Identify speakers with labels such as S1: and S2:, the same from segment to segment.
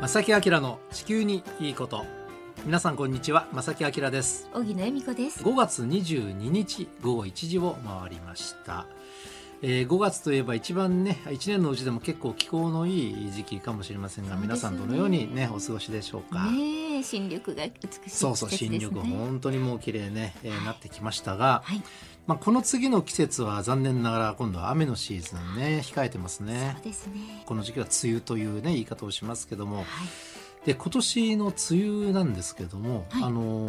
S1: 正木明の地球にいいこと皆さんこんにちは正木明です
S2: 荻野恵美子です。
S1: 5月22日午後1時を回りました、えー5月といえば一番ね1年のうちでも結構気候のいい時期かもしれませんが、
S2: そうです
S1: 皆
S2: よね
S1: さんどのようにねお過ごしでしょうか、
S2: ねえ、新緑が美しい季節です
S1: そ
S2: ね。
S1: うそう新緑本当にもう綺麗ね、えーなってきましたが、
S2: はい、
S1: まあ、この次の季節は残念ながら今度は雨のシーズンね控えてますね
S2: そうですね。
S1: この時期は梅雨というね言い方をしますけども
S2: はい、
S1: で今年の梅雨なんですけども、
S2: はい
S1: あのー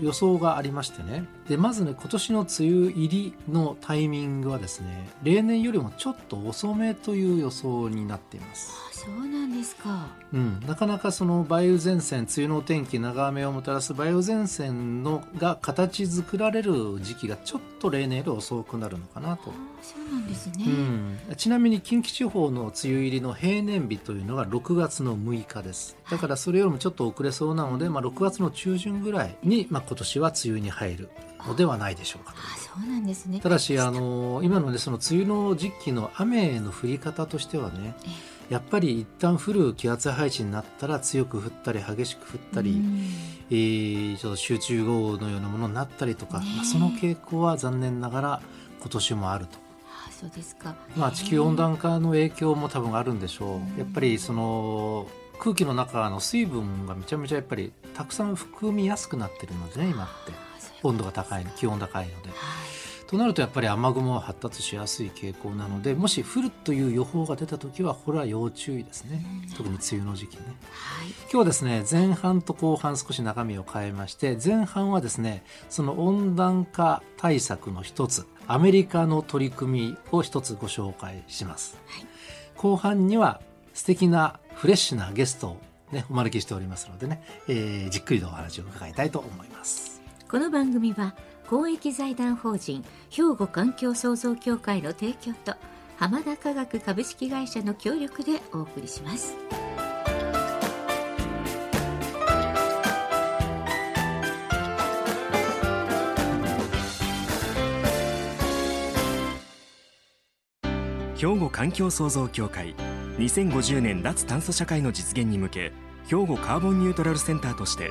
S1: 予想がありましてねでまずね今年の梅雨入りのタイミングはですね例年よりもちょっと遅めという予想になっています、
S2: あ、そうなんですか。
S1: うん、なかなかその梅雨前線梅雨のお天気長雨をもたらす梅雨前線のが形作られる時期がちょっと例年より遅くなるのかな
S2: あ
S1: と
S2: そうなんですね。
S1: うん、ちなみに近畿地方の梅雨入りの平年日というのが6月の6日ですだからそれよりもちょっと遅れそうなので、まあ、6月の中旬ぐらいに、まあ、今年は梅雨に入るのではないでしょうかと
S2: あ、そうなんですね。
S1: ただしあ
S2: え
S1: の今のねその梅雨の時期の雨の降り方としてはねやっぱり一旦降る気圧配置になったら強く降ったり激しく降ったり、
S2: うん
S1: えーちょっと集中豪雨のようなものになったりとか、
S2: ねえ
S1: まあその傾向は残念ながら今年もあると。
S2: あ、そうですか。
S1: まあ、地球温暖化の影響も多分あるんでしょうやっぱりその空気の中の水分がめちゃめちゃやっぱりたくさん含みやすくなってるのでね今って
S2: あそういうこと
S1: 温度が高いの気温高いので
S2: はい。
S1: となるとやっぱり雨雲は発達しやすい傾向なのでもし降るという予報が出た時はこれは要注意ですね特に梅雨の時期ね
S2: はい。
S1: 今日はですね前半と後半少し中身を変えまして前半はですねその温暖化対策の一つアメリカの取り組みを一つご紹介します、
S2: はい
S1: 後半には素敵なフレッシュなゲストをねお招きしておりますのでね、えーじっくりとお話を伺いたいと思います
S2: この番組は公益財団法人兵庫環境創造協会の提供と浜田科学株式会社の協力でお送りします
S3: 兵庫環境創造協会2050年脱炭素社会の実現に向け兵庫カーボンニュートラルセンターとして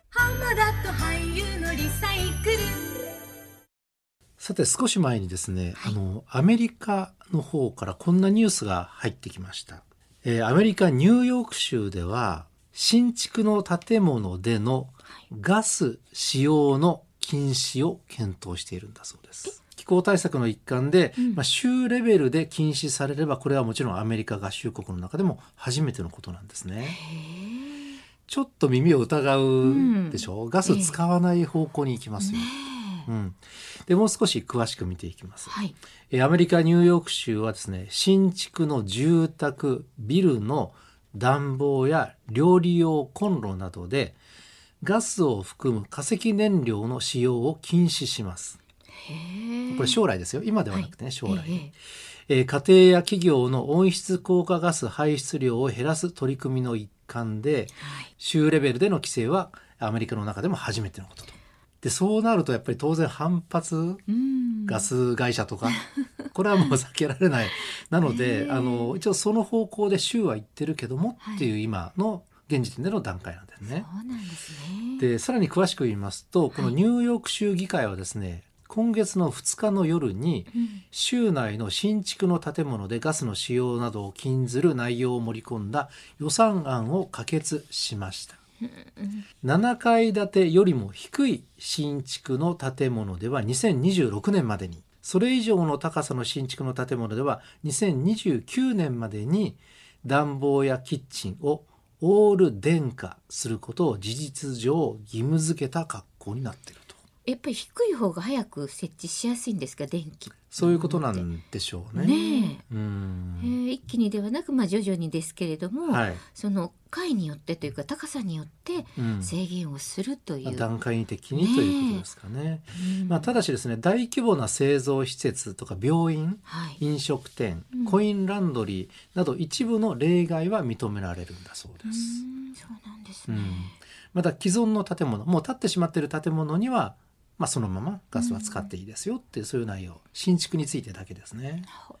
S1: さて少し前にですね、
S2: はい
S1: あのアメリカの方からこんなニュースが入ってきました、えーアメリカニューヨーク州では新築の建物でのガス使用の禁止を検討しているんだそうです気候対策の一環で、
S2: うん
S1: まあ、州レベルで禁止されればこれはもちろんアメリカ合衆国の中でも初めてのことなんですねちょっと耳を疑うでしょ、ガス使わない方向に行きますよ、うん、でもう少し詳しく見ていきます、
S2: はい
S1: えーアメリカ・ニューヨーク州はですね新築の住宅ビルの暖房や料理用コンロなどでガスを含む化石燃料の使用を禁止しますこれ将来ですよ今ではなくてね、将来、
S2: ええ
S1: えー家庭や企業の温室効果ガス排出量を減らす取り組みの一環で、
S2: はい
S1: 州レベルでの規制はアメリカの中でも初めてのことと。でそうなるとやっぱり当然反発
S2: うん
S1: ガス会社と か、これはもう避けられない。なので、あの、一応その方向で州は行ってるけどもっていう今の現時点での段階なんですね。
S2: そうなんですね
S1: で、さらに詳しく言いますと、このニューヨーク州議会はですね、今月の2日の夜に、
S2: うん
S1: 州内の新築の建物でガスの使用などを禁ずる内容を盛り込んだ予算案を可決しました。7階建てよりも低い新築の建物では2026年までにそれ以上の高さの新築の建物では2029年までに暖房やキッチンをオール電化することを事実上義務付けた格好になっていると。
S2: やっぱり低い方が早く設置しやすいんですか電気って
S1: そういうことなんでしょうね。
S2: ねえ
S1: う
S2: え
S1: ん
S2: ー一気にではなく、まあ、徐々にですけれども、
S1: はい
S2: その階によってというか高さによって
S1: うん
S2: 制限をするという、
S1: 段階的にということですかね。
S2: うん
S1: まあ、ただしですね大規模な製造施設とか病院
S2: はい、
S1: 飲食店、
S2: うん
S1: コインランドリーなど一部の例外は認められるんだそう
S2: う
S1: です。
S2: んそうなんですね、
S1: うんまた既存の建物もう建ってしまっている建物には、まあ、そのままガスは使っていいですよっていうそういう内容新築についてだけですね、
S2: ほ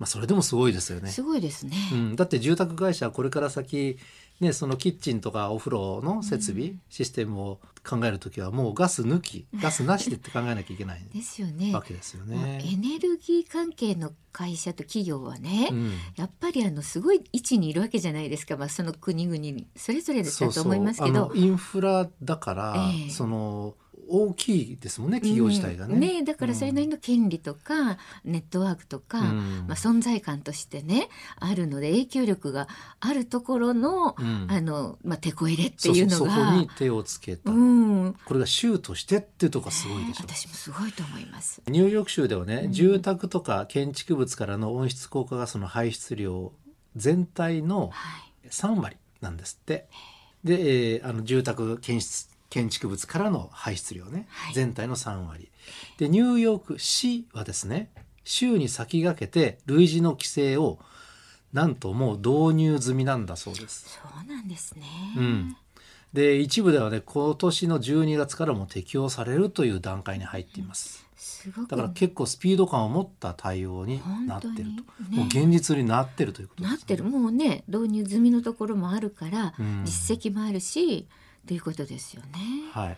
S1: まあ、それでもすごいですよね
S2: すごいですね、
S1: うん、だって住宅会社はこれから先、ね、そのキッチンとかお風呂の設備、システムを考える時はもうガス抜きガスなしでって考えなきゃいけない
S2: ですよね
S1: わけですよ
S2: もう
S1: ね
S2: エ。ネルギー関係の会社と企業はね、
S1: うん
S2: やっぱりあのすごい位置にいるわけじゃないですか、まあ、その国々にそれぞれだ
S1: そう
S2: と
S1: そう
S2: 思います
S1: あ
S2: け
S1: の
S2: ど。
S1: インフラだから、
S2: ええ
S1: その大きいですもんね企業自体がね。
S2: うんえだからそれなりの権利とか、ネットワークとか、
S1: うん
S2: まあ、存在感としてねあるので影響力があるところの,、
S1: うん
S2: あのまあ、手こ入れって
S1: そう
S2: い
S1: そうう
S2: の
S1: そ
S2: が
S1: こに手をつけた、
S2: うん、
S1: これが州としてっていうとこがすごいでしょ。
S2: 私もすごいと思います。
S1: ニューヨーク州ではね、
S2: うん
S1: 住宅とか建築物からの温室効果ガスの排出量全体の
S2: はい、
S1: 3割なんですってで、えーあの住宅建出建築物からの排出量ね、
S2: はい
S1: 全体の3割でニューヨーク市はですね州に先駆けて類似の規制をなんともう導入済みなんだそうです。
S2: そうなんですね、
S1: うん、で一部ではね今年の12月からも適用されるという段階に入っています。
S2: すごく
S1: だから結構スピード感を持った対応になってると、
S2: 本当にね
S1: もう現実になってるということです、
S2: なってるもうね導入済みのところもあるから、
S1: うん
S2: 実績もあるしということですよね。
S1: はい。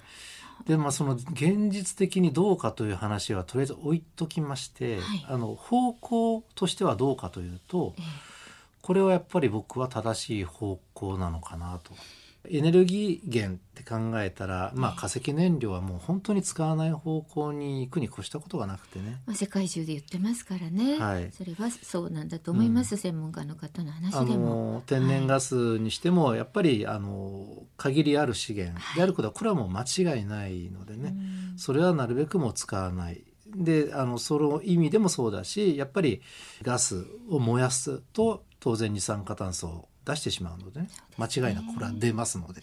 S1: でまあその現実的にどうかという話はとりあえず置いときまして、
S2: はい
S1: あの方向としてはどうかというと、
S2: ええ
S1: これはやっぱり僕は正しい方向なのかなと。エネルギー源って考えたら、まあ、化石燃料はもう本当に使わない方向に行くに越したことがなくてね。
S2: まあ、世界中で言ってますからね、
S1: はい
S2: それはそうなんだと思います、専門家の方の話
S1: あ
S2: でも。
S1: の天然ガスにしてもやっぱりあの限りある資源であることはこれはもう間違いないのでね、
S2: うん
S1: それはなるべくもう使わない。であのその意味でもそうだしやっぱりガスを燃やすと当然二酸化炭素を出してしまうので,、ね間違いなくこれは出ますので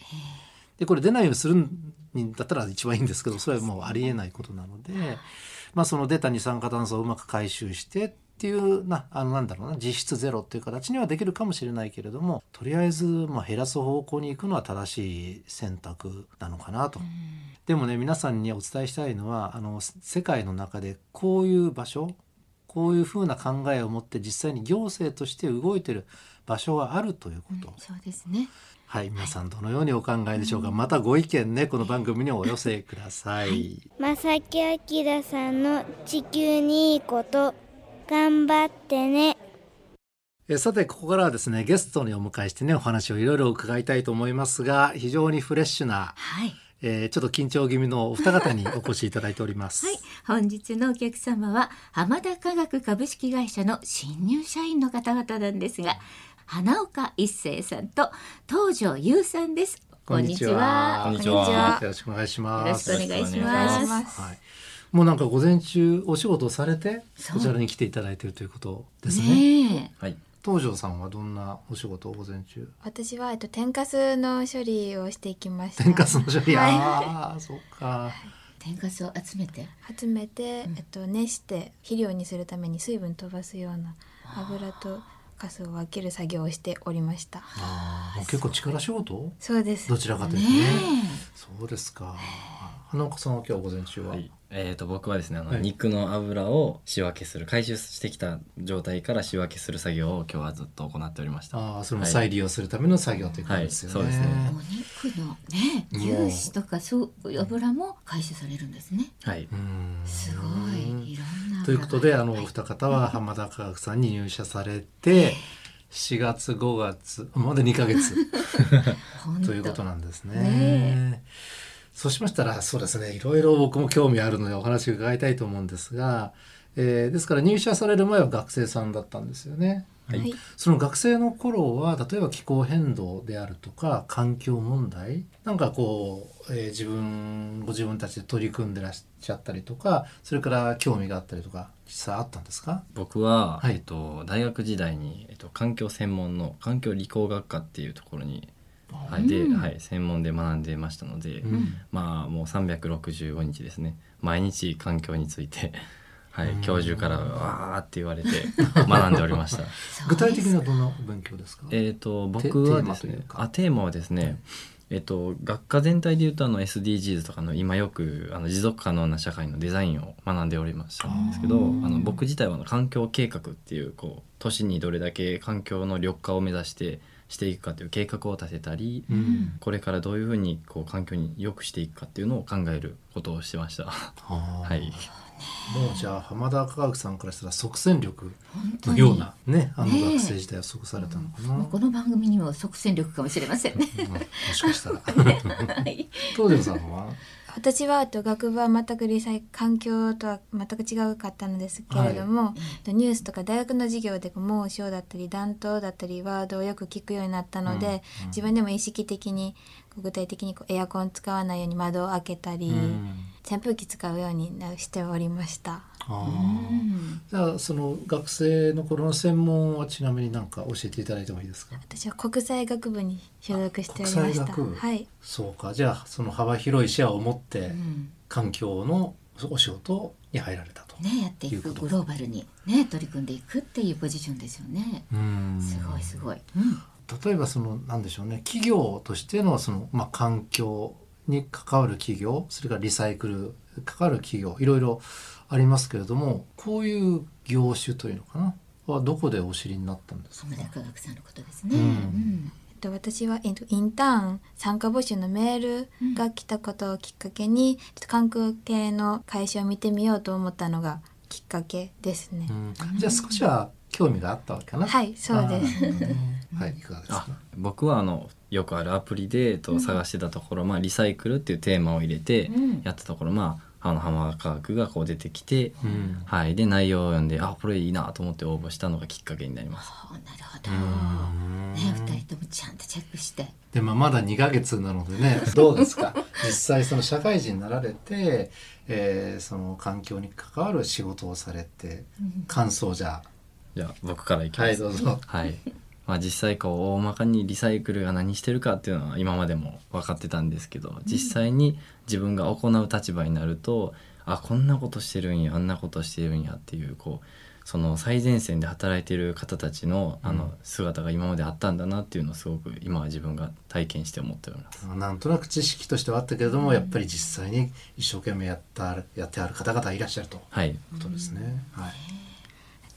S1: でこれ出ないようにするんだったら一番いいんですけどそれはもうありえないことなので、まあ、その出た二酸化炭素をうまく回収してっていうなあのなんだろうな実質ゼロっていう形にはできるかもしれないけれどもとりあえずまあ減らす方向に行くのは正しい選択なのかなと。でもね皆さんにお伝えしたいのはあのせ世界の中でこういう場所こういうふうな考えを持って実際に行政として動いてる場所があるということ、
S2: そうですね。
S1: はい皆さんどのようにお考えでしょうか、またご意見ねこの番組にお寄せください
S4: 正木明さんの地球にいいこと頑張ってね
S1: えさてここからはですねゲストにお迎えしてねお話をいろいろ伺いたいと思いますが非常にフレッシュな、
S2: はい、
S1: えーちょっと緊張気味のお二方にお越しいただいております。
S2: はい、本日のお客様は浜田科学株式会社の新入社員の方々なんですが花岡一生さんと東條優さんです
S1: こんにちは。
S2: こんにち
S1: こんにち
S2: は
S1: よろしくお願いし
S2: よ
S1: ま
S2: ろし
S1: す。
S2: くお願いし
S5: よろしくお願
S2: ま
S5: い
S2: す
S1: はい。もうなんか午前中お仕事をされて
S2: そう
S1: こちらに来ていただいているということですね。
S2: ね
S5: はい。
S1: 東條さんはどんなお仕事を午前中？
S6: 私は、えっと、天かすの処理をしてきました
S1: 天かすの処理、
S6: はい
S1: ああ、そっか。
S2: え天かすを集めて
S6: 集めて、えっと、熱して肥料にするために水分飛ばすような油とかすを分ける作業をしておりました
S1: あーもう結構力仕事？
S6: そうです
S1: どちらかというとね。そうですか。花岡さんは今日午前中は、
S5: はい、えっ、と僕はですね、あの
S1: はい
S5: 肉の油を仕分けする回収してきた状態から仕分けする作業を今日はずっと行っておりました。
S1: ああ、それも再利用するための作業ということですよね。
S5: はいそうですね
S2: お肉のね
S1: もう
S2: 牛脂とかそう油も回収されるんですね
S5: はい。
S1: うん
S2: すごいいろんな
S1: ということであの
S2: は
S1: お
S2: い
S1: 二方は浜田科学さんに入社されて4月5月まだ2ヶ月
S2: 本当
S1: ということなんですね。
S2: ね
S1: そうしましたらそうですねいろいろ僕も興味あるのでお話を伺いたいと思うんですが、えーですから入社される前は学生さんだったんですよね。
S5: はい
S6: はい
S1: その学生の頃は例えば気候変動であるとか環境問題なんかこう、えー自分ご自分たちで取り組んでらっしゃったりとかそれから興味があったりとか実際あったんですか
S5: 僕は、
S1: はい
S5: えっと、大学時代に、えっと、環境専門の環境理工学科っていうところに、はいで
S2: うん
S5: はい、専門で学んでましたので、
S1: うん
S5: まあもう365日ですね毎日環境について、は
S1: う
S5: い
S1: ん、
S5: 教授からわーって言われて学んでおりました。
S1: 具体的にはどんな勉強ですか
S5: えっと僕はです
S1: テーマとい
S5: ね
S1: うか
S5: あテーマはですねえっと、学科全体でいうとあの SDGs とかの今よくあの持続可能な社会のデザインを学んでおりましたんですけどあの僕自体はあの環境計画っていうこう都市にどれだけ環境の緑化を目指してしていくかという計画を立てたり、
S1: うん
S5: これからどういうふうにこう環境に良くしていくかっていうのを考えることをしてました。
S1: はあ
S5: はい、
S1: もうじゃあ浜田科学さんからしたら即戦力
S2: 本当
S1: の
S2: に
S1: ようなねあの
S2: ねえ
S1: 学生時代を過ごされたのかな、
S2: もうこの番組にも即戦力かもしれませ んね。
S1: うんもしか したら
S2: はい
S1: 東條さんは
S6: 私はあと学部は全くリサイ環境とは全く違うかったのですけれども、とニュースとか大学の授業でこう猛暑だったり暖冬だったりワードをよく聞くようになったので、
S1: うんうん
S6: 自分でも意識的にこう具体的にこうエアコン使わないように窓を開けたり、
S1: うん
S6: 扇風機使うようになしておりました。
S1: あー
S2: うん
S1: じゃあその学生の頃の専門はちなみになんか教えていただいてもいいですか
S6: 私は国際学部に所属しており
S1: あ
S6: ま
S1: 国際
S6: した。
S1: 学部
S6: はい、
S1: そうかじゃあその幅広い視野を持って
S2: うん
S1: 環境のお仕事に入られたと。
S2: ね、やってい
S1: いうこ
S2: く
S1: と
S2: グローバルに、ね、取り組んでいくっていうポジションですよね。
S1: うん
S2: すごいすごい。うん
S1: 例えばそのなんでしょうね企業としてのその、まあ、環境に関わる企業それからリサイクルに関わる企業いろいろありますけれどもこういう業種というのかなはどこでお知りになったんですか
S2: 浜田科学さんのことですね。
S1: うん
S2: うん
S6: えっと私はえっとインターン参加募集のメールが来たことをきっかけに、ちょっと観光系の会社を見てみようと思ったのがきっかけですね
S1: う。んじゃあ少しは興味があったわけかな。
S6: はい、そうです。
S1: す、ねはい、いかがです
S5: あ
S1: か
S5: 僕はあのよくあるアプリで、えっと、探してたところ、まあ、リサイクルっていうテーマを入れて
S2: うん
S5: やったところ、まあ、あの浜川学がこう出てきて、
S1: うん
S5: はい、で内容を読んであこれいいなと思って応募したのがきっかけになります。
S2: あなるほど。ね、二人ともちゃんとチェックして。
S1: でまあまだ2ヶ月なので ねどうですか実際その社会人になられて、えーその環境に関わる仕事をされて感想じゃ
S5: じゃあ僕からいき
S1: あは
S5: ま
S1: い
S5: す。
S1: どうぞ。
S5: はいまあ、実際こう大まかにリサイクルが何してるかっていうのは今までも分かってたんですけど実際に自分が行う立場になるとあこんなことしてるんやあんなことしてるんやっていうこうその最前線で働いてる方たちのあ
S1: うん
S5: の姿が今まであったんだなっていうのをすごく今は自分が体験して思っております。
S1: なんとなく知識としてはあったけれども、やっぱり実際に一生懸命やったやってある方々がいらっしゃるという
S5: はい、
S1: ことですね。はい。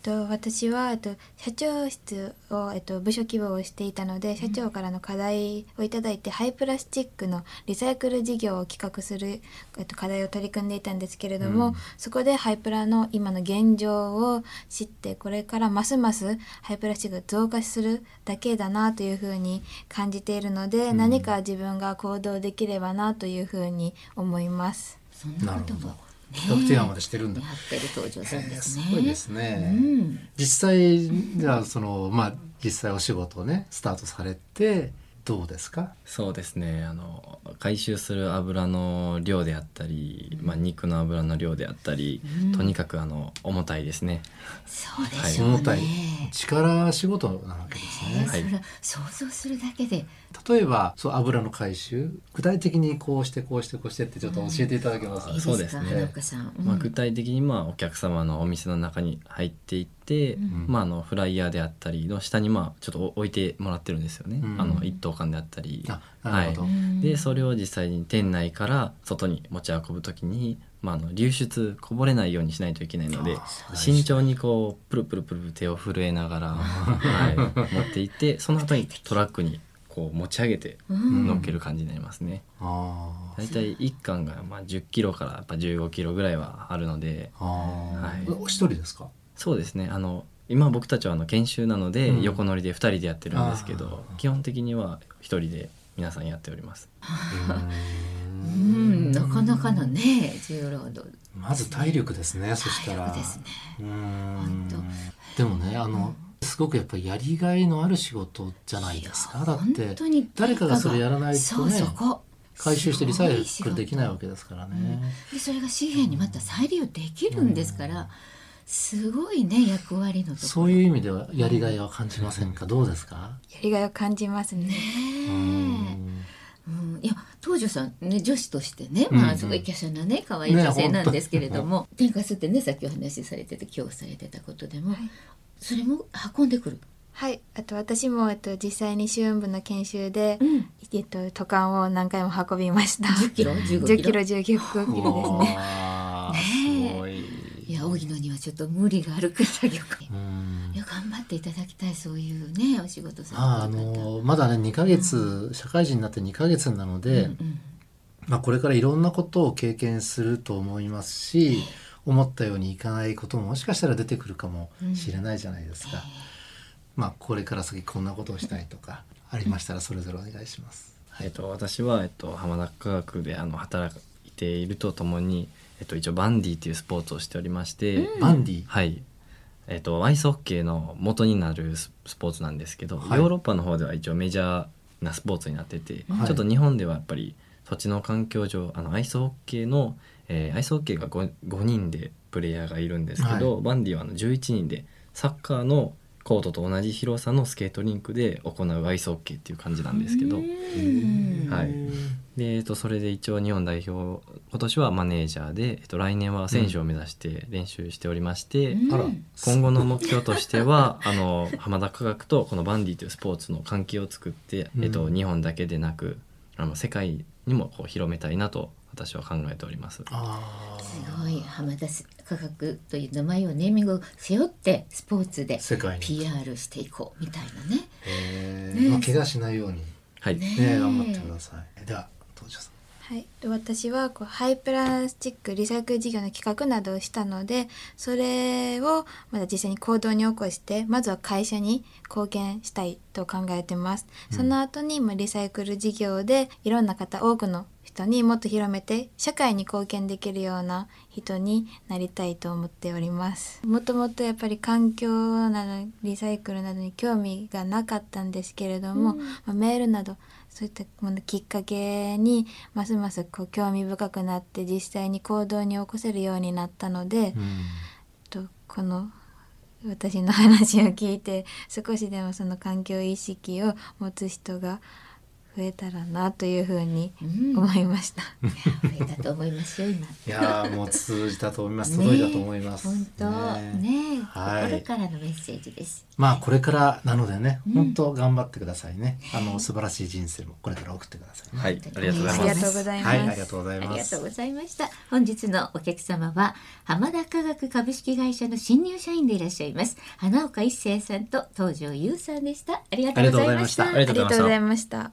S6: えっと私はえっと社長室をえっと部署希望をしていたので社長からの課題をいただいて、ハイプラスチックのリサイクル事業を企画する、えっと、課題を取り組んでいたんですけれども、そこでハイプラの今の現状を知ってこれからますますハイプラスチックが増加するだけだなというふうに感じているので、何か自分が行動できればなというふうに思います。
S2: そんなことも
S1: なるほ
S2: ね
S1: 企画提案までしてるんだ
S2: や。ってる東條さん
S1: え
S2: で
S1: ー
S2: す
S1: す
S2: ね。
S1: ごいですね。
S2: うん
S1: 実際じゃあそのまあ実際お仕事をねスタートされてどうですか？
S5: そうですねあの回収する油の量であったり、まあ、肉の油の量であったり、とにかくあの重たいですね。
S2: そうでしょうね。
S1: 重たい力仕事なわけですね。
S2: ね
S5: はい
S2: それは想像するだけで、
S1: 例えばそう油の回収具体的にこうしてこうしてこうしてってちょっと教えていただけます
S2: いいです
S5: そ
S2: か
S5: うですね
S2: 花岡さん。うん
S5: まあ、具体的にまあお客様のお店の中に入っていって、
S2: ん
S5: まあ、あのフライヤーであったりの下にまあちょっとお置いてもらってるんですよね、
S1: うん
S5: あの一等間であったり、
S1: あなるほど、
S5: はでそれを実際に店内から外に持ち運ぶ時に、まあ、あの流出こぼれないようにしないといけないので
S1: あー
S5: 慎重にこうプルプルプル手を震えながら、はい、持っていってその後にトラックにこう持ち上げて
S2: うん
S5: 乗っける感じになりますね。
S1: あー
S5: 大体1巻がまあ10キロからやっぱ15キロぐらいはあるので
S1: あー、
S5: はい
S1: お一人ですか
S5: そうですねあの今僕たちはあの研修なので
S1: うん
S5: 横乗りで2人でやってるんですけど、
S1: あー
S5: 基本的には1人で皆さんやっております
S2: うん、なかなかのね、重労働。
S1: まず体力ですねそしたら
S2: 体力ですね
S1: うー
S2: ほん
S1: んでもねあの、すごくやっぱりやりがいのある仕事じゃないですかだっ
S2: 本
S1: て
S2: 当に
S1: 誰かがそれやらない
S2: そ
S1: と
S2: う
S1: ね
S2: そこ
S1: 回収してリサイクルできない
S2: すごい仕
S1: わけですからね、
S2: 事でそれが資源にまた再利用できるんですから、すごいね役割のところ
S1: そういう意味ではやりがいは感じませんかどうですか、
S6: やりがいを感じますね。
S2: ねえ
S1: うん
S2: うんいや東條さんね女子としてね、
S1: うんうん
S2: まあ、すごい華奢なね可愛い女性なんですけれども、天かすってねさっきお話しされてて今日されてたことでも、
S6: はい
S2: それも運んでくる。
S6: はい、あと私も、えっと、実際に主運部の研修で、
S2: うん
S6: えっと、渡韓を何回も運びました。
S2: 10キロ15キロ
S6: 10キロ、19キロです
S1: う
S6: ね。
S1: わー
S2: ねえ
S1: すごい
S2: いや荻野にはちょっと無理があるくらいよく
S1: うん
S2: いや頑張っていただきたいそういうねお仕事
S1: まあ
S2: さ
S1: あ
S2: れてる方。
S1: のまだね2ヶ月社会人になって2ヶ月なので、
S2: うん
S1: まあ、これからいろんなことを経験すると思いますし思ったようにいかないことももしかしたら出てくるかもしれないじゃないですか、まあ、これから先こんなことをしたいとかありましたらそれぞれお願いします。
S5: えっと、私は、えっと、浜田科学であの働いているとともに、えっと、一応バンディというスポーツをしておりまして、
S1: バンディ
S5: はいえっと、アイスホッケーの元になるススポーツなんですけど、
S1: はい
S5: ヨーロッパの方では一応メジャーなスポーツになってて、
S1: はい
S5: ちょっと日本ではやっぱり土地の環境上あのアイスホッケーの、えーアイスホッケーが 5, 5人でプレイヤーがいるんですけど、バンディはあの11人でサッカーのコートと同じ広さのスケートリンクで行うアイスホッケーっていう感じなんですけど。
S2: うん
S5: はいで、えっと、それで一応日本代表今年はマネージャーで、えっと、来年は選手を目指して練習しておりまして、
S2: うん
S1: あら
S5: 今後の目標としては あの浜田科学とこのバンディというスポーツの関係を作って、えっと、
S1: うん
S5: 日本だけでなくあの世界にもこう広めたいなと私は考えております。
S1: あー
S2: すごい浜田科学という名前をネーミングを背負ってスポーツで
S1: 世界に
S2: PR していこうみたいなね。
S1: えーまあ、怪我しないように、ね
S5: はい、
S1: え頑張ってください。では東條さん
S6: はい、私はこうハイプラスチックリサイクル事業の企画などをしたのでそれをまだ実際に行動に起こしてまずは会社に貢献したいと考えてます、その後にまあリサイクル事業でいろんな方多くの人にもっと広めて社会に貢献できるような人になりたいと思っておりますもともとやっぱり環境などリサイクルなどに興味がなかったんですけれども、まあメールなどそういったものをきっかけにますますこう興味深くなって実際に行動に起こせるようになったので、とこの私の話を聞いて少しでもその環境意識を持つ人が増えたらなというふうに
S2: うん、
S6: 思いました。
S2: 増えたと思いますよ今。
S1: いやーもう通じたと思い ます届いたと思います。
S2: 本当
S1: え
S2: ねえ
S1: はい
S2: 心からのメッセージです。
S1: まあこれからなのでね、本当頑張ってくださいね。あの素晴らしい人生もこれから送ってくださいね。
S5: はい、ありがとうござい
S6: あ
S5: ま
S6: りが
S5: す。
S6: とうございます。
S1: はい、ありがとうござい
S2: あり
S1: ま
S2: がとう
S1: す。
S2: ございました。本日のお客様は浜田科学株式会社の新入社員でいらっしゃいます花岡一生さんと東條優さんでした。ありがとうございました
S1: ありがとうございました。
S5: ありが
S6: あ
S5: とう
S6: りが
S5: ご
S6: とう
S5: ざい
S6: ご
S5: ま
S6: ざ
S5: し
S6: いました。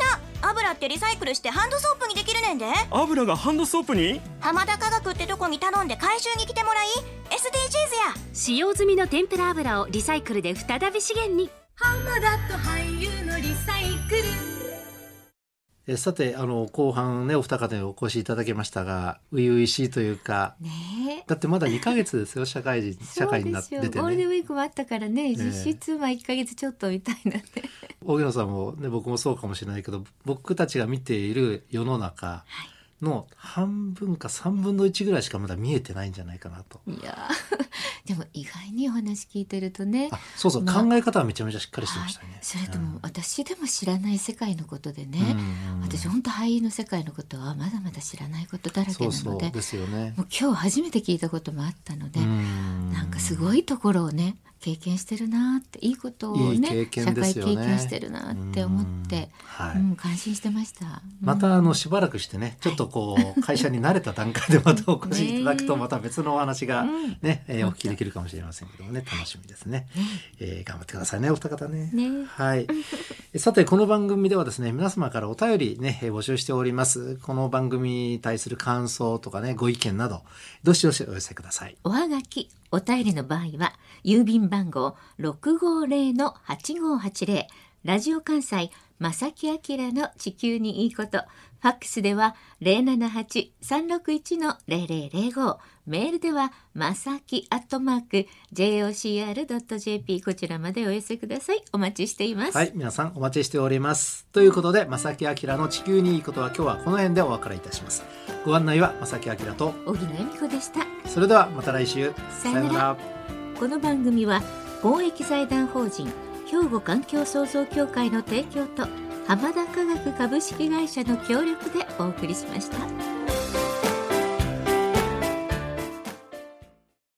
S7: な油ってリサイクルしてハンドソープにできるねんで
S3: 油がハンドソープに
S7: 浜田科学ってとこに頼んで回収に来てもらい SDGs や
S8: 使用済みの天ぷら油をリサイクルで再び資源に
S1: えさてあの後半ねお二方にお越しいただきましたが初々しいというか
S2: ねえ。
S1: だってまだ2ヶ月ですよ社会 人社会になっ
S2: そう
S1: てて
S2: でしょうゴールデン
S1: ね
S2: ウィークもあったからね、
S1: え
S2: 実質まあ一ヶ月ちょっとみたいなね。
S1: 荻野さんもね僕もそうかもしれないけど僕たちが見ている世の中の半分か3分の1ぐらいしかまだ見えてないんじゃないかなと。
S2: いやーでも意外にお話聞いてるとね
S1: あそうそう、
S2: まあ
S1: 考え方はめちゃめちゃしっかりしてましたね。
S2: はい、それとも私でも知らない世界のことでね、
S1: うん、うんうん
S2: 私本当俳優の世界のことはまだまだ知らないことだらけ
S1: そ
S2: な
S1: うそ
S2: の
S1: う
S2: で
S1: ですよね。
S2: もう今日初めて聞いたこともあったので、
S1: うん
S2: なんかすごいところをね経験してるなっていいことを
S1: いい
S2: ね
S1: 経験
S2: 社
S1: で
S2: 会
S1: すよ
S2: 経
S1: ね
S2: 験してるなって思って、
S1: うんはい
S2: うん、感心してました。
S1: またあのしばらくしてねちょっとこう会社に慣れた段階でまたお越しいただくと
S2: ね
S1: また別のお話が
S2: うん
S1: ね、えーお聞きできるかもしれませんけどもね楽しみですね、えー頑張ってくださいねお二方ね
S2: ね
S1: はいさてこの番組ではですね皆様からお便りねえー募集しておりますこの番組に対する感想とかねご意見などどしどしお寄せください
S2: おはがき、お便りの場合は、郵便番号650-8580、ラジオ関西、正木明の地球にいいこと、ファックスでは078-361-0005、メールでは、まさきアットマーク、jocr.jp、こちらまでお寄せください。お待ちしています。
S1: はい皆さんお待ちしておりますということで正木明の地球にいいことは今日はこの辺でお別れいたしますご案内は正木明と
S2: 小木野恵美子でした。
S1: それではまた来週
S2: さよならこの番組は公益財団法人兵庫環境創造協会の提供と浜田科学株式会社の協力でお送りしました。